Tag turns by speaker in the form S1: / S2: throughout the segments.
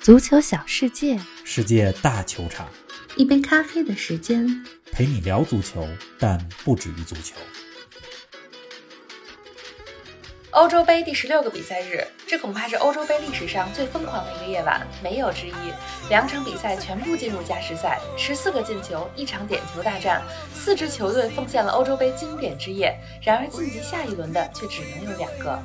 S1: 足球小世界，
S2: 世界大球场
S3: 一杯咖啡的时间。
S2: 陪你聊足球，但不止于足球。
S4: 欧洲杯第十六个比赛日，这恐怕是欧洲杯历史上最疯狂的一个夜晚，没有之一。两场比赛全部进入加时赛，十四个进球，一场点球大战，四支球队奉献了欧洲杯经典之夜。然而晋级下一轮的却只能有两个。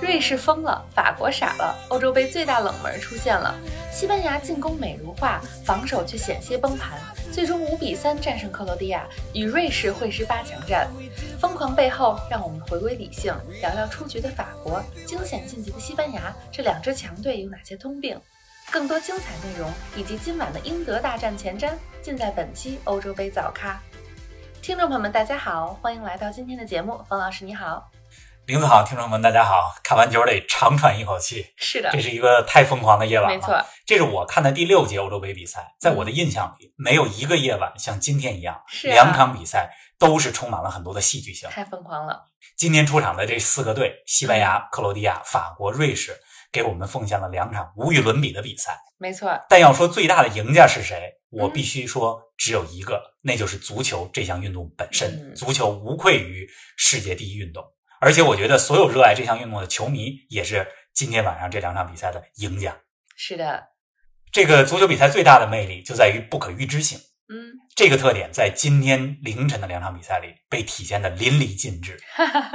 S4: 瑞士疯了，法国傻了，欧洲杯最大冷门出现了。西班牙进攻美如画，防守却险些崩盘，最终五比三战胜克罗地亚，与瑞士会师八强战。疯狂背后，让我们回归理性，聊聊出局的法国、惊险晋级的西班牙，这两支强队有哪些通病？更多精彩内容以及今晚的英德大战前瞻，尽在本期欧洲杯早咖。听众朋友们，大家好，欢迎来到今天的节目，冯老师你好。
S2: 林子好，听众们大家好，看完球得长喘一口 气，
S4: 是的
S2: 这，是一个太疯狂的夜晚了。
S4: 没错，嗯
S2: 这是我看的第六届欧洲杯比赛，在我的印象里，没有一个夜晚像今天一样，
S4: 是啊
S2: 两场比赛都是充满了很多的戏剧性。
S4: 太疯狂了，
S2: 今天出场的这四个队，西班牙、克罗地亚、法国、瑞士，给我们奉献了两场无与伦比的比赛。
S4: 没错，
S2: 但要说最大的赢家是谁，我
S4: 嗯
S2: 必须说只有一个，那就是足球这项运动本身。
S4: 嗯
S2: 足球无愧于世界第一运动，而且我觉得所有热爱这项运动的球迷也是今天晚上这两场比赛的赢家。
S4: 是的，
S2: 这个足球比赛最大的魅力就在于不可预知性，
S4: 嗯，
S2: 这个特点在今天凌晨的两场比赛里被体现的淋漓尽致。
S4: 哈哈，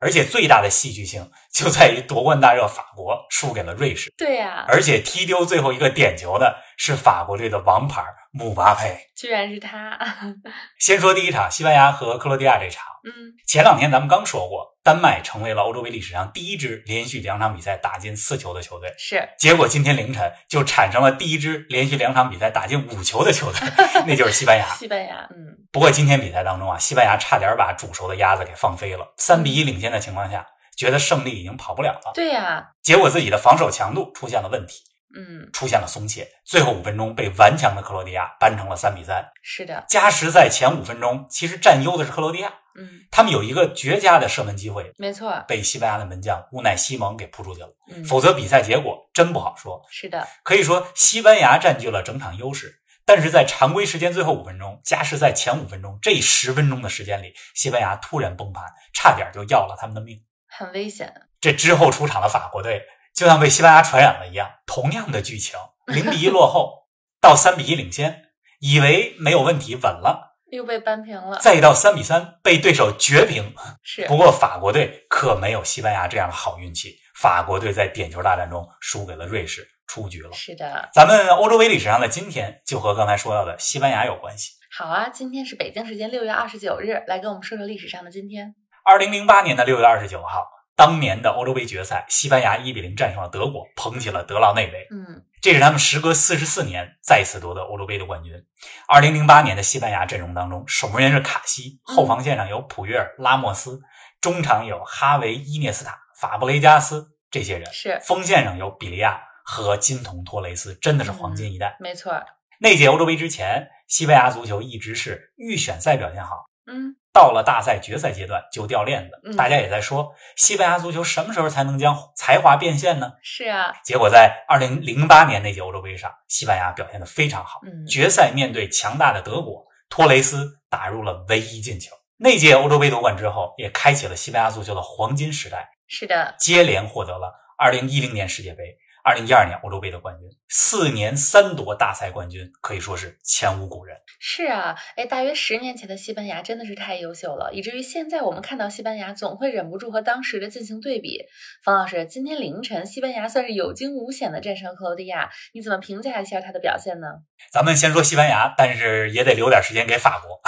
S2: 而且最大的戏剧性就在于夺冠大热法国输给了瑞士，
S4: 对呀、
S2: 而且踢丢最后一个点球的是法国队的王牌姆巴佩。
S4: 居然是他，
S2: 先说第一场，西班牙和克罗地亚这场，
S4: 嗯，
S2: 前两天咱们刚说过，丹麦成为了欧洲杯历史上第一支连续两场比赛打进四球的球队。
S4: 是
S2: 结果今天凌晨就产生了第一支连续两场比赛打进五球的球队，那就是西班牙。
S4: 西班牙，嗯，
S2: 不过今天比赛当中啊，西班牙差点把煮熟的鸭子给放飞了，三比一领先的情况下，觉得胜利已经跑不了了，
S4: 对呀、
S2: 结果自己的防守强度出现了问题，
S4: 嗯，
S2: 出现了松懈，最后五分钟被顽强的克罗地亚扳成了三比三。
S4: 是的，
S2: 加时赛前五分钟，其实占优的是克罗地亚，
S4: 嗯，
S2: 他们有一个绝佳的射门机会
S4: 没错，
S2: 被西班牙的门将乌奈西蒙给扑出去了，
S4: 嗯，
S2: 否则比赛结果真不好说。
S4: 是的，
S2: 可以说，西班牙占据了整场优势。但是在常规时间最后五分钟、加时赛前五分钟这十分钟的时间里，西班牙突然崩盘，差点就要了他们的命。
S4: 很危险，
S2: 这之后出场的法国队就像被西班牙传染了一样，同样的剧情，零比一落后，到三比一领先，以为没有问题稳了，
S4: 又被扳平了，
S2: 再到三比三被对手绝平。
S4: 是
S2: 不过法国队可没有西班牙这样的好运气，法国队在点球大战中输给了瑞士，出局了。
S4: 是的，
S2: 咱们欧洲杯历史上的今天就和刚才说到的西班牙有关系。
S4: 好啊，今天是北京时间六月二十九日，来跟我们说说历史上的今天，
S2: 二零零八年的六月二十九号，当年的欧洲杯决赛，西班牙一比零战胜了德国，捧起了德劳内杯，
S4: 嗯，
S2: 这是他们时隔四十四年再次夺得欧洲杯的冠军。二零零八年的西班牙阵容当中，守门员是卡西，后防线上有普约尔、拉莫斯，中场有哈维、伊涅斯塔、法布雷加斯这些人，
S4: 是
S2: 锋线上有比利亚和金童托雷斯，真的是黄金一代。
S4: 没错，
S2: 那届欧洲杯之前，西班牙足球一直是预选赛表现好，
S4: 嗯，
S2: 到了大赛决赛阶段就掉链子。
S4: 嗯
S2: 大家也在说，西班牙足球什么时候才能将才华变现呢？
S4: 是啊，
S2: 结果在2008年那届欧洲杯上，西班牙表现得非常好，
S4: 嗯，
S2: 决赛面对强大的德国，托雷斯打入了唯一进球。那届欧洲杯夺冠之后，也开启了西班牙足球的黄金时代，
S4: 是的，
S2: 接连获得了2010年世界杯、2012年欧洲杯的冠军，四年三夺大赛冠军，可以说是前无古人。
S4: 是啊，哎，大约十年前的西班牙真的是太优秀了，以至于现在我们看到西班牙，总会忍不住和当时的进行对比。方老师，今天凌晨西班牙算是有惊无险的战胜克罗地亚，你怎么评价一下他的表现呢？
S2: 咱们先说西班牙，但是也得留点时间给法国，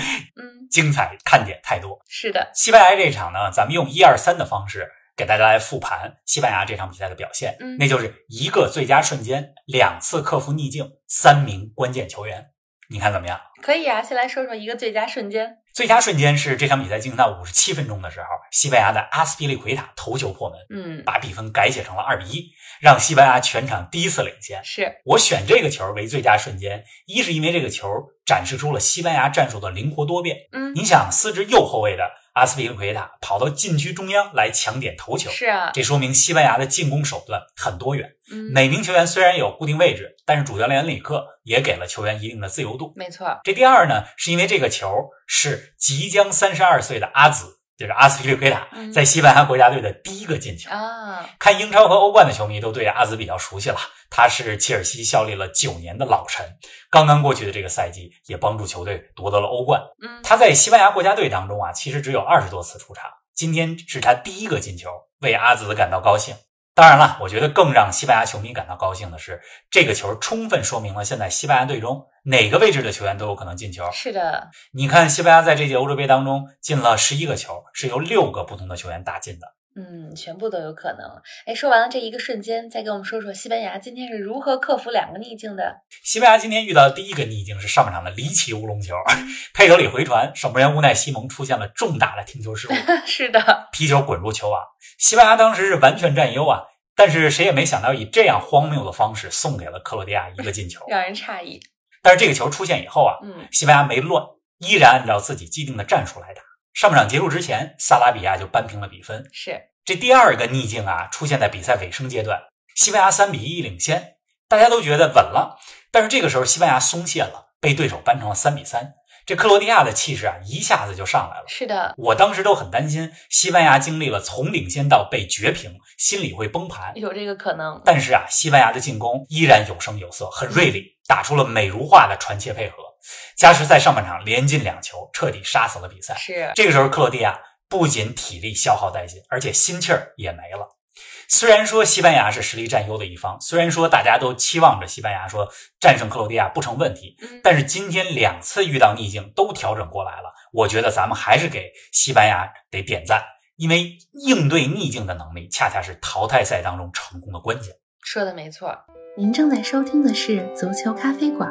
S4: 嗯，
S2: 精彩看点太多。
S4: 是的，
S2: 西班牙这场呢，咱们用一二三的方式给大家来复盘西班牙这场比赛的表现，
S4: 嗯
S2: 那就是一个最佳瞬间，两次克服逆境，三名关键球员，你看怎么样？
S4: 可以啊，先来说说一个最佳瞬间。
S2: 最佳瞬间是这场比赛进行到五十七分钟的时候，西班牙的阿斯皮利奎塔头球破门，
S4: 嗯，
S2: 把比分改写成了二比一，让西班牙全场第一次领先。
S4: 是，
S2: 我选这个球为最佳瞬间，一是因为这个球展示出了西班牙战术的灵活多变。
S4: 嗯
S2: 你想，四支右后卫的阿斯皮利奎塔跑到禁区中央来抢点头球。
S4: 是啊，
S2: 这说明西班牙的进攻手段很多元。
S4: 嗯，
S2: 每名球员虽然有固定位置，但是主教练里克也给了球员一定的自由度。
S4: 没错，
S2: 这第二呢，是因为这个球是即将三十二岁的阿紫，就是阿斯皮利奎塔
S4: 嗯
S2: 在西班牙国家队的第一个进球。
S4: 啊，
S2: 看英超和欧冠的球迷都对阿紫比较熟悉了，他是切尔西效力了九年的老臣，刚刚过去的这个赛季也帮助球队夺得了欧冠。
S4: 嗯，
S2: 他在西班牙国家队当中啊，其实只有二十多次出场，今天是他第一个进球，为阿紫感到高兴。当然了，我觉得更让西班牙球迷感到高兴的是，这个球充分说明了现在西班牙队中哪个位置的球员都有可能进球。
S4: 是的，
S2: 你看，西班牙在这届欧洲杯当中进了十一个球，是由六个不同的球员打进的。
S4: 嗯，全部都有可能。哎，说完了这一个瞬间，再给我们说说西班牙今天是如何克服两个逆境的？
S2: 西班牙今天遇到的第一个逆境是上半场的离奇乌龙球， 佩德里回传，守门员无奈西蒙出现了重大的停球失误，
S4: 是的，
S2: 皮球滚入球网、西班牙当时是完全占优啊，但是谁也没想到以这样荒谬的方式送给了克罗地亚一个进球。
S4: 让人诧异。
S2: 但是这个球出现以后啊，
S4: 嗯，
S2: 西班牙没乱，依然按照自己既定的战术来打。上半场结束之前，萨拉比亚就扳平了比分。
S4: 是，
S2: 这第二个逆境啊，出现在比赛尾声阶段，西班牙三比一领先，大家都觉得稳了。但是这个时候，西班牙松懈了，被对手扳成了三比三。这克罗地亚的气势啊，一下子就上来了。
S4: 是的，
S2: 我当时都很担心，西班牙经历了从领先到被绝平，心里会崩盘。
S4: 有这个可能。
S2: 但是啊，西班牙的进攻依然有声有色，很锐利，打出了美如画的传切配合。加时赛上半场连进两球，彻底杀死了比赛。
S4: 是，
S2: 这个时候，克罗地亚不仅体力消耗殆尽，而且心气儿也没了。虽然说西班牙是实力占优的一方，虽然说大家都期望着西班牙说战胜克罗地亚不成问题，
S4: 嗯，
S2: 但是今天两次遇到逆境都调整过来了，我觉得咱们还是给西班牙得点赞，因为应对逆境的能力恰恰是淘汰赛当中成功的关键。
S4: 说的没错。
S3: 您正在收听的是《足球咖啡馆》，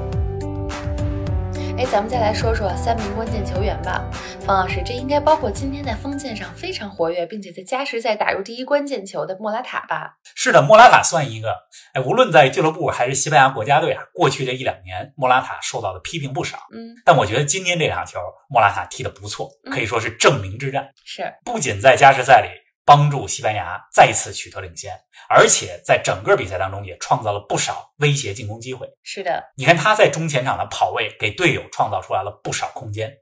S4: 哎，咱们再来说说三名关键球员吧。方老师，这应该包括今天在锋线上非常活跃，并且在加时赛打入第一关键球的莫拉塔吧？
S2: 是的，莫拉塔算一个，哎，无论在俱乐部还是西班牙国家队啊，过去这一两年，莫拉塔受到的批评不少，
S4: 嗯，
S2: 但我觉得今天这场球，莫拉塔踢得不错，可以说是证明之战。
S4: 是，
S2: 不仅在加时赛里帮助西班牙再次取得领先，而且在整个比赛当中也创造了不少威胁进攻机会。
S4: 是的，
S2: 你看他在中前场的跑位，给队友创造出来了不少空间。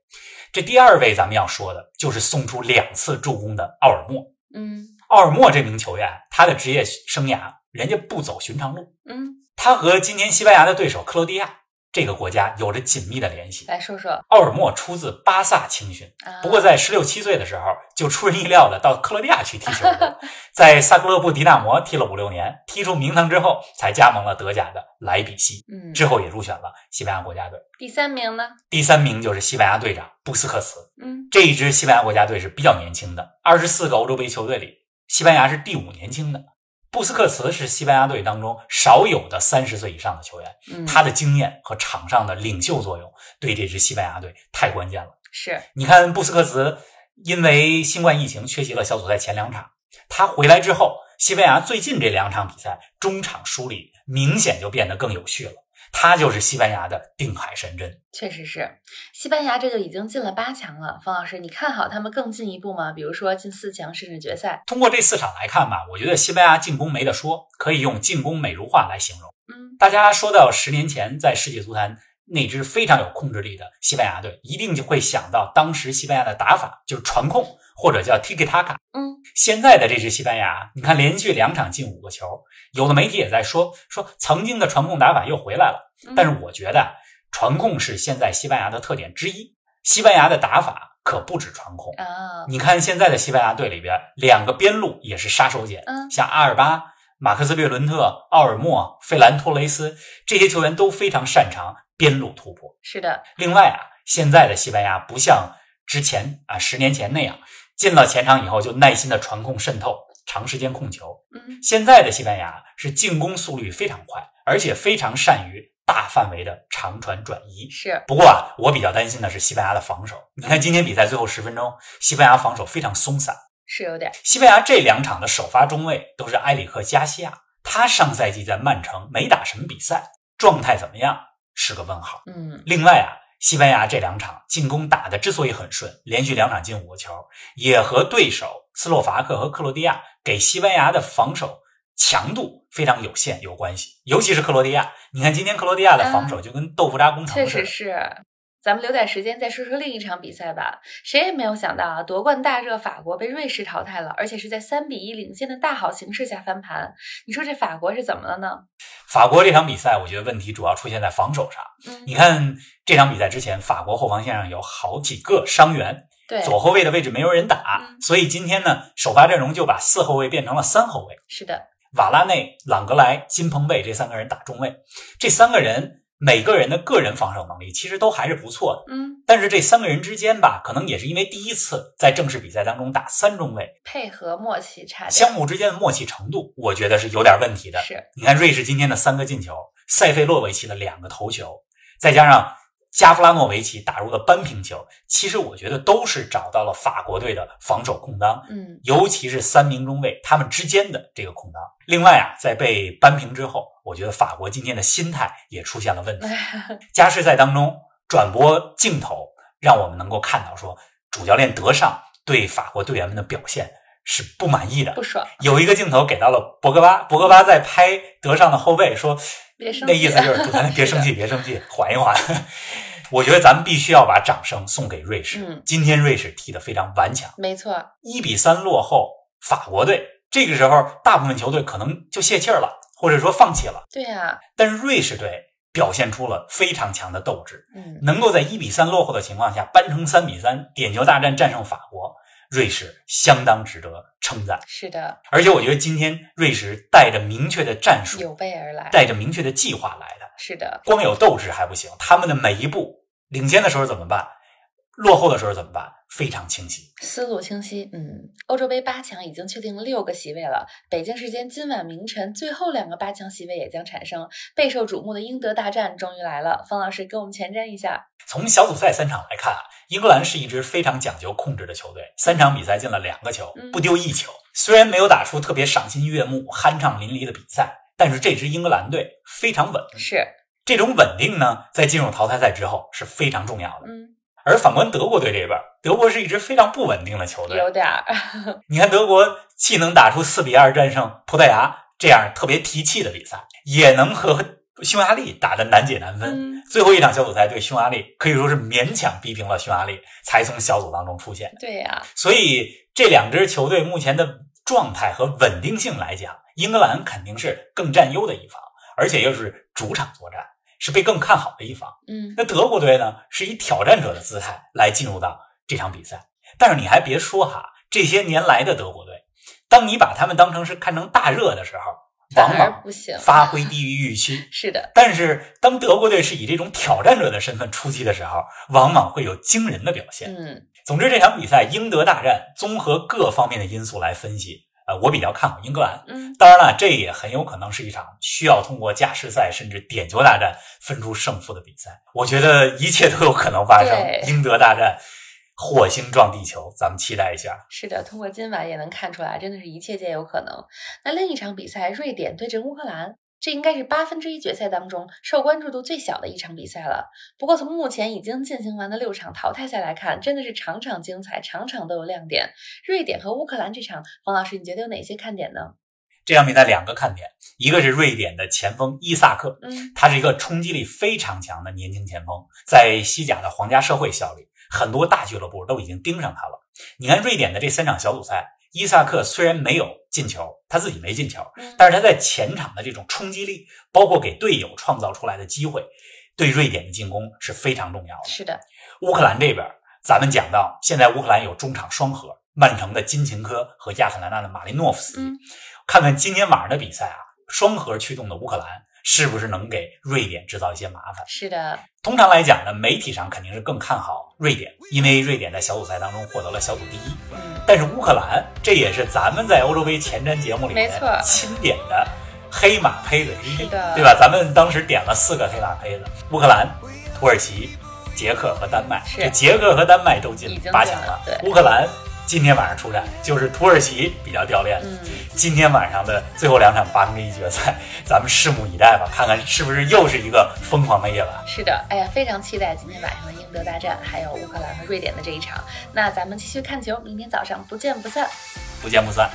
S2: 这第二位咱们要说的就是送出两次助攻的奥尔默。
S4: 嗯
S2: 奥尔默这名球员，他的职业生涯人家不走寻常路，
S4: 嗯，
S2: 他和今天西班牙的对手克罗地亚这个国家有着紧密的联系。
S4: 来说说
S2: 奥尔默出自巴萨青训，
S4: 啊。
S2: 不过在十六七岁的时候，就出人意料的到克罗地亚去踢球了，在萨格勒布迪纳摩踢了五六年，踢出名堂之后，才加盟了德甲的莱比锡，
S4: 嗯，
S2: 之后也入选了西班牙国家队。
S4: 第三名呢？
S2: 第三名就是西班牙队长布斯克茨，
S4: 嗯，
S2: 这一支西班牙国家队是比较年轻的，二十四个欧洲杯球队里，西班牙是第五年轻的。布斯克茨是西班牙队当中少有的三十岁以上的球员，
S4: 嗯
S2: 他的经验和场上的领袖作用对这支西班牙队太关键了。
S4: 是
S2: 你看布斯克茨因为新冠疫情缺席了小组赛前两场，他回来之后，西班牙最近这两场比赛中场梳理明显就变得更有序了。他就是西班牙的定海神针。
S4: 确实是，西班牙这就已经进了八强了。方老师，你看好他们更进一步吗？比如说进四强甚至决赛？
S2: 通过这四场来看吧，我觉得西班牙进攻没得说，可以用进攻美如画来形容。
S4: 嗯，
S2: 大家说到十年前在世界足坛那支非常有控制力的西班牙队，一定就会想到当时西班牙的打法就是传控或者叫 tiki taka。
S4: 嗯，
S2: 现在的这支西班牙，你看连续两场进五个球，有的媒体也在说说曾经的传控打法又回来了。
S4: 嗯
S2: 但是我觉得啊传控是现在西班牙的特点之一，西班牙的打法可不止传控。
S4: 啊，
S2: 你看现在的西班牙队里边，两个边路也是杀手锏，
S4: 嗯
S2: 像阿尔巴、马克思·略伦特、奥尔默、费兰托雷斯这些球员都非常擅长边路突破。
S4: 是的，
S2: 另外啊，现在的西班牙不像之前啊十年前那样，进到前场以后就耐心的传控渗透，长时间控球。
S4: 嗯，
S2: 现在的西班牙是进攻速率非常快，而且非常善于大范围的长传转移。
S4: 是
S2: 不过啊，我比较担心的是西班牙的防守。你看今天比赛最后十分钟，西班牙防守非常松散。
S4: 是有点
S2: 西班牙这两场的首发中卫都是埃里克·加西亚，他上赛季在曼城没打什么比赛，状态怎么样是个问号。
S4: 嗯
S2: 另外啊，西班牙这两场进攻打的之所以很顺，连续两场进五个球，也和对手斯洛伐克和克罗地亚给西班牙的防守强度非常有限有关系。尤其是克罗地亚，你看今天克罗地亚的防守就跟豆腐渣工
S4: 嗯确
S2: 程似
S4: 实
S2: 的。
S4: 是。咱们留点时间再说说另一场比赛吧。谁也没有想到啊，夺冠大热法国被瑞士淘汰了，而且是在三比一领先的大好形势下翻盘。你说这法国是怎么了呢？
S2: 法国这场比赛，我觉得问题主要出现在防守上。
S4: 嗯，
S2: 你看这场比赛之前，法国后防线上有好几个伤员，
S4: 对，
S2: 左后卫的位置没有人打，
S4: 嗯
S2: 所以今天呢，首发阵容就把四后卫变成了三后卫。
S4: 是的，
S2: 瓦拉内、朗格莱、金彭贝这三个人打中卫，这三个人每个人的个人防守能力其实都还是不错的。
S4: 嗯，
S2: 但是这三个人之间吧，可能也是因为第一次在正式比赛当中打三中卫，
S4: 配合默契差点
S2: 相互之间的默契程度，我觉得是有点问题的。
S4: 是
S2: 你看瑞士今天的三个进球，塞费洛维奇的两个头球，再加上加夫拉诺维奇打入的扳平球，其实我觉得都是找到了法国队的防守空当。
S4: 嗯
S2: 尤其是三名中卫他们之间的这个空档。另外啊，在被扳平之后，我觉得法国今天的心态也出现了问题。
S4: 哎
S2: 加时赛当中，转播镜头让我们能够看到说，主教练德尚对法国队员们的表现是不满意的
S4: 不。爽，
S2: 有一个镜头给到了博格巴，博格巴在拍德尚的后背，说
S4: 别生气
S2: 那意思就是主教练别生气，别生气，缓一缓。 我觉得咱们必须要把掌声送给瑞士。
S4: 嗯
S2: 今天瑞士踢得非常顽强。
S4: 没错，
S2: 一比三落后法国队，这个时候大部分球队可能就泄气儿了，或者说放弃了。
S4: 对啊，
S2: 但是瑞士队表现出了非常强的斗志，
S4: 嗯，
S2: 能够在一比三落后的情况下扳成三比三，点球大战战胜法国，瑞士相当值得称赞。
S4: 是的，
S2: 而且我觉得今天瑞士带着明确的战术，
S4: 有备而来，
S2: 带着明确的计划来的，
S4: 是的，
S2: 光有斗志还不行，他们的每一步，领先的时候怎么办，落后的时候怎么办，非常清晰。
S4: 思路清晰。嗯，欧洲杯八强已经确定了六个席位了，北京时间今晚凌晨最后两个八强席位也将产生，备受瞩目的英德大战终于来了。方老师给我们前瞻一下，
S2: 从小组赛三场来看啊，英格兰是一支非常讲究控制的球队，三场比赛进了两个球
S4: 嗯，
S2: 不丢一球。虽然没有打出特别赏心悦目、酣畅淋漓的比赛，但是这支英格兰队非常稳。
S4: 是，
S2: 这种稳定呢，在进入淘汰赛之后是非常重要的。
S4: 嗯，
S2: 而反观德国队这边，德国是一支非常不稳定的球队
S4: 有。点儿，
S2: 你看，德国既能打出四比二战胜葡萄牙这样特别提气的比赛，也能和匈牙利打得难解难分。
S4: 嗯，
S2: 最后一场小组赛对匈牙利，可以说是勉强逼平了匈牙利，才从小组当中出现。
S4: 对啊呀、
S2: 所以这两支球队目前的状态和稳定性来讲，英格兰肯定是更占优的一方，而且又是主场作战，是被更看好的一方。
S4: 嗯，
S2: 那德国队呢，是以挑战者的姿态来进入到这场比赛。但是你还别说哈，这些年来的德国队，当你把他们当成是看成大热的时候，往
S4: 反而
S2: 往
S4: 不行，
S2: 发挥低于预期。
S4: 是的，
S2: 但是，当德国队是以这种挑战者的身份出击的时候，往往会有惊人的表现。
S4: 嗯，
S2: 总之，这场比赛英德大战，综合各方面的因素来分析，呃，我比较看好英格兰。
S4: 嗯，
S2: 当然了，这也很有可能是一场需要通过加时赛甚至点球大战分出胜负的比赛。我觉得一切都有可能发
S4: 对
S2: 生。英德大战，火星撞地球，咱们期待一下。
S4: 是的，通过今晚也能看出来，真的是一切皆有可能。那另一场比赛，瑞典对阵乌克兰，这应该是八分之一决赛当中受关注度最小的一场比赛了。不过从目前已经进行完的六场淘汰赛来看，真的是场场精彩，场场都有亮点。瑞典和乌克兰这场，王老师你觉得有哪些看点呢？
S2: 这场比赛两个看点，一个是瑞典的前锋伊萨克，
S4: 嗯，
S2: 他是一个冲击力非常强的年轻前锋，在西甲的皇家社会效力，很多大俱乐部都已经盯上他了。你看瑞典的这三场小组赛，伊萨克虽然没有进球，他自己没进球，
S4: 嗯
S2: 但是他在前场的这种冲击力，包括给队友创造出来的机会，对瑞典的进攻是非常重要的。
S4: 是的，
S2: 乌克兰这边，咱们讲到现在，乌克兰有中场双核，曼城的金琴科和亚特兰大的马林诺夫斯基。
S4: 嗯
S2: 看看今天晚上的比赛啊，双核驱动的乌克兰是不是能给瑞典制造一些麻烦？
S4: 是的，
S2: 通常来讲呢，媒体上肯定是更看好瑞典，因为瑞典在小组赛当中获得了小组第一。
S4: 嗯，
S2: 但是乌克兰，这也是咱们在欧洲杯前瞻节目里面
S4: 没错
S2: 钦点的黑马胚子之一，
S4: 是的
S2: 对吧？咱们当时点了四个黑马胚子：乌克兰、土耳其、捷克和丹麦。
S4: 是
S2: 这捷克和丹麦都
S4: 已
S2: 进
S4: 经
S2: 八
S4: 进
S2: 强
S4: 了对
S2: 乌克兰今天晚上出战，就是土耳其比较掉链子。
S4: 嗯，
S2: 今天晚上的最后两场八分之一决赛，咱们拭目以待吧，看看是不是又是一个疯狂的夜晚。
S4: 是的，哎呀，非常期待今天晚上的英德大战，还有乌克兰和瑞典的这一场。那咱们继续看球，明天早上不见不散。
S2: 不见不散。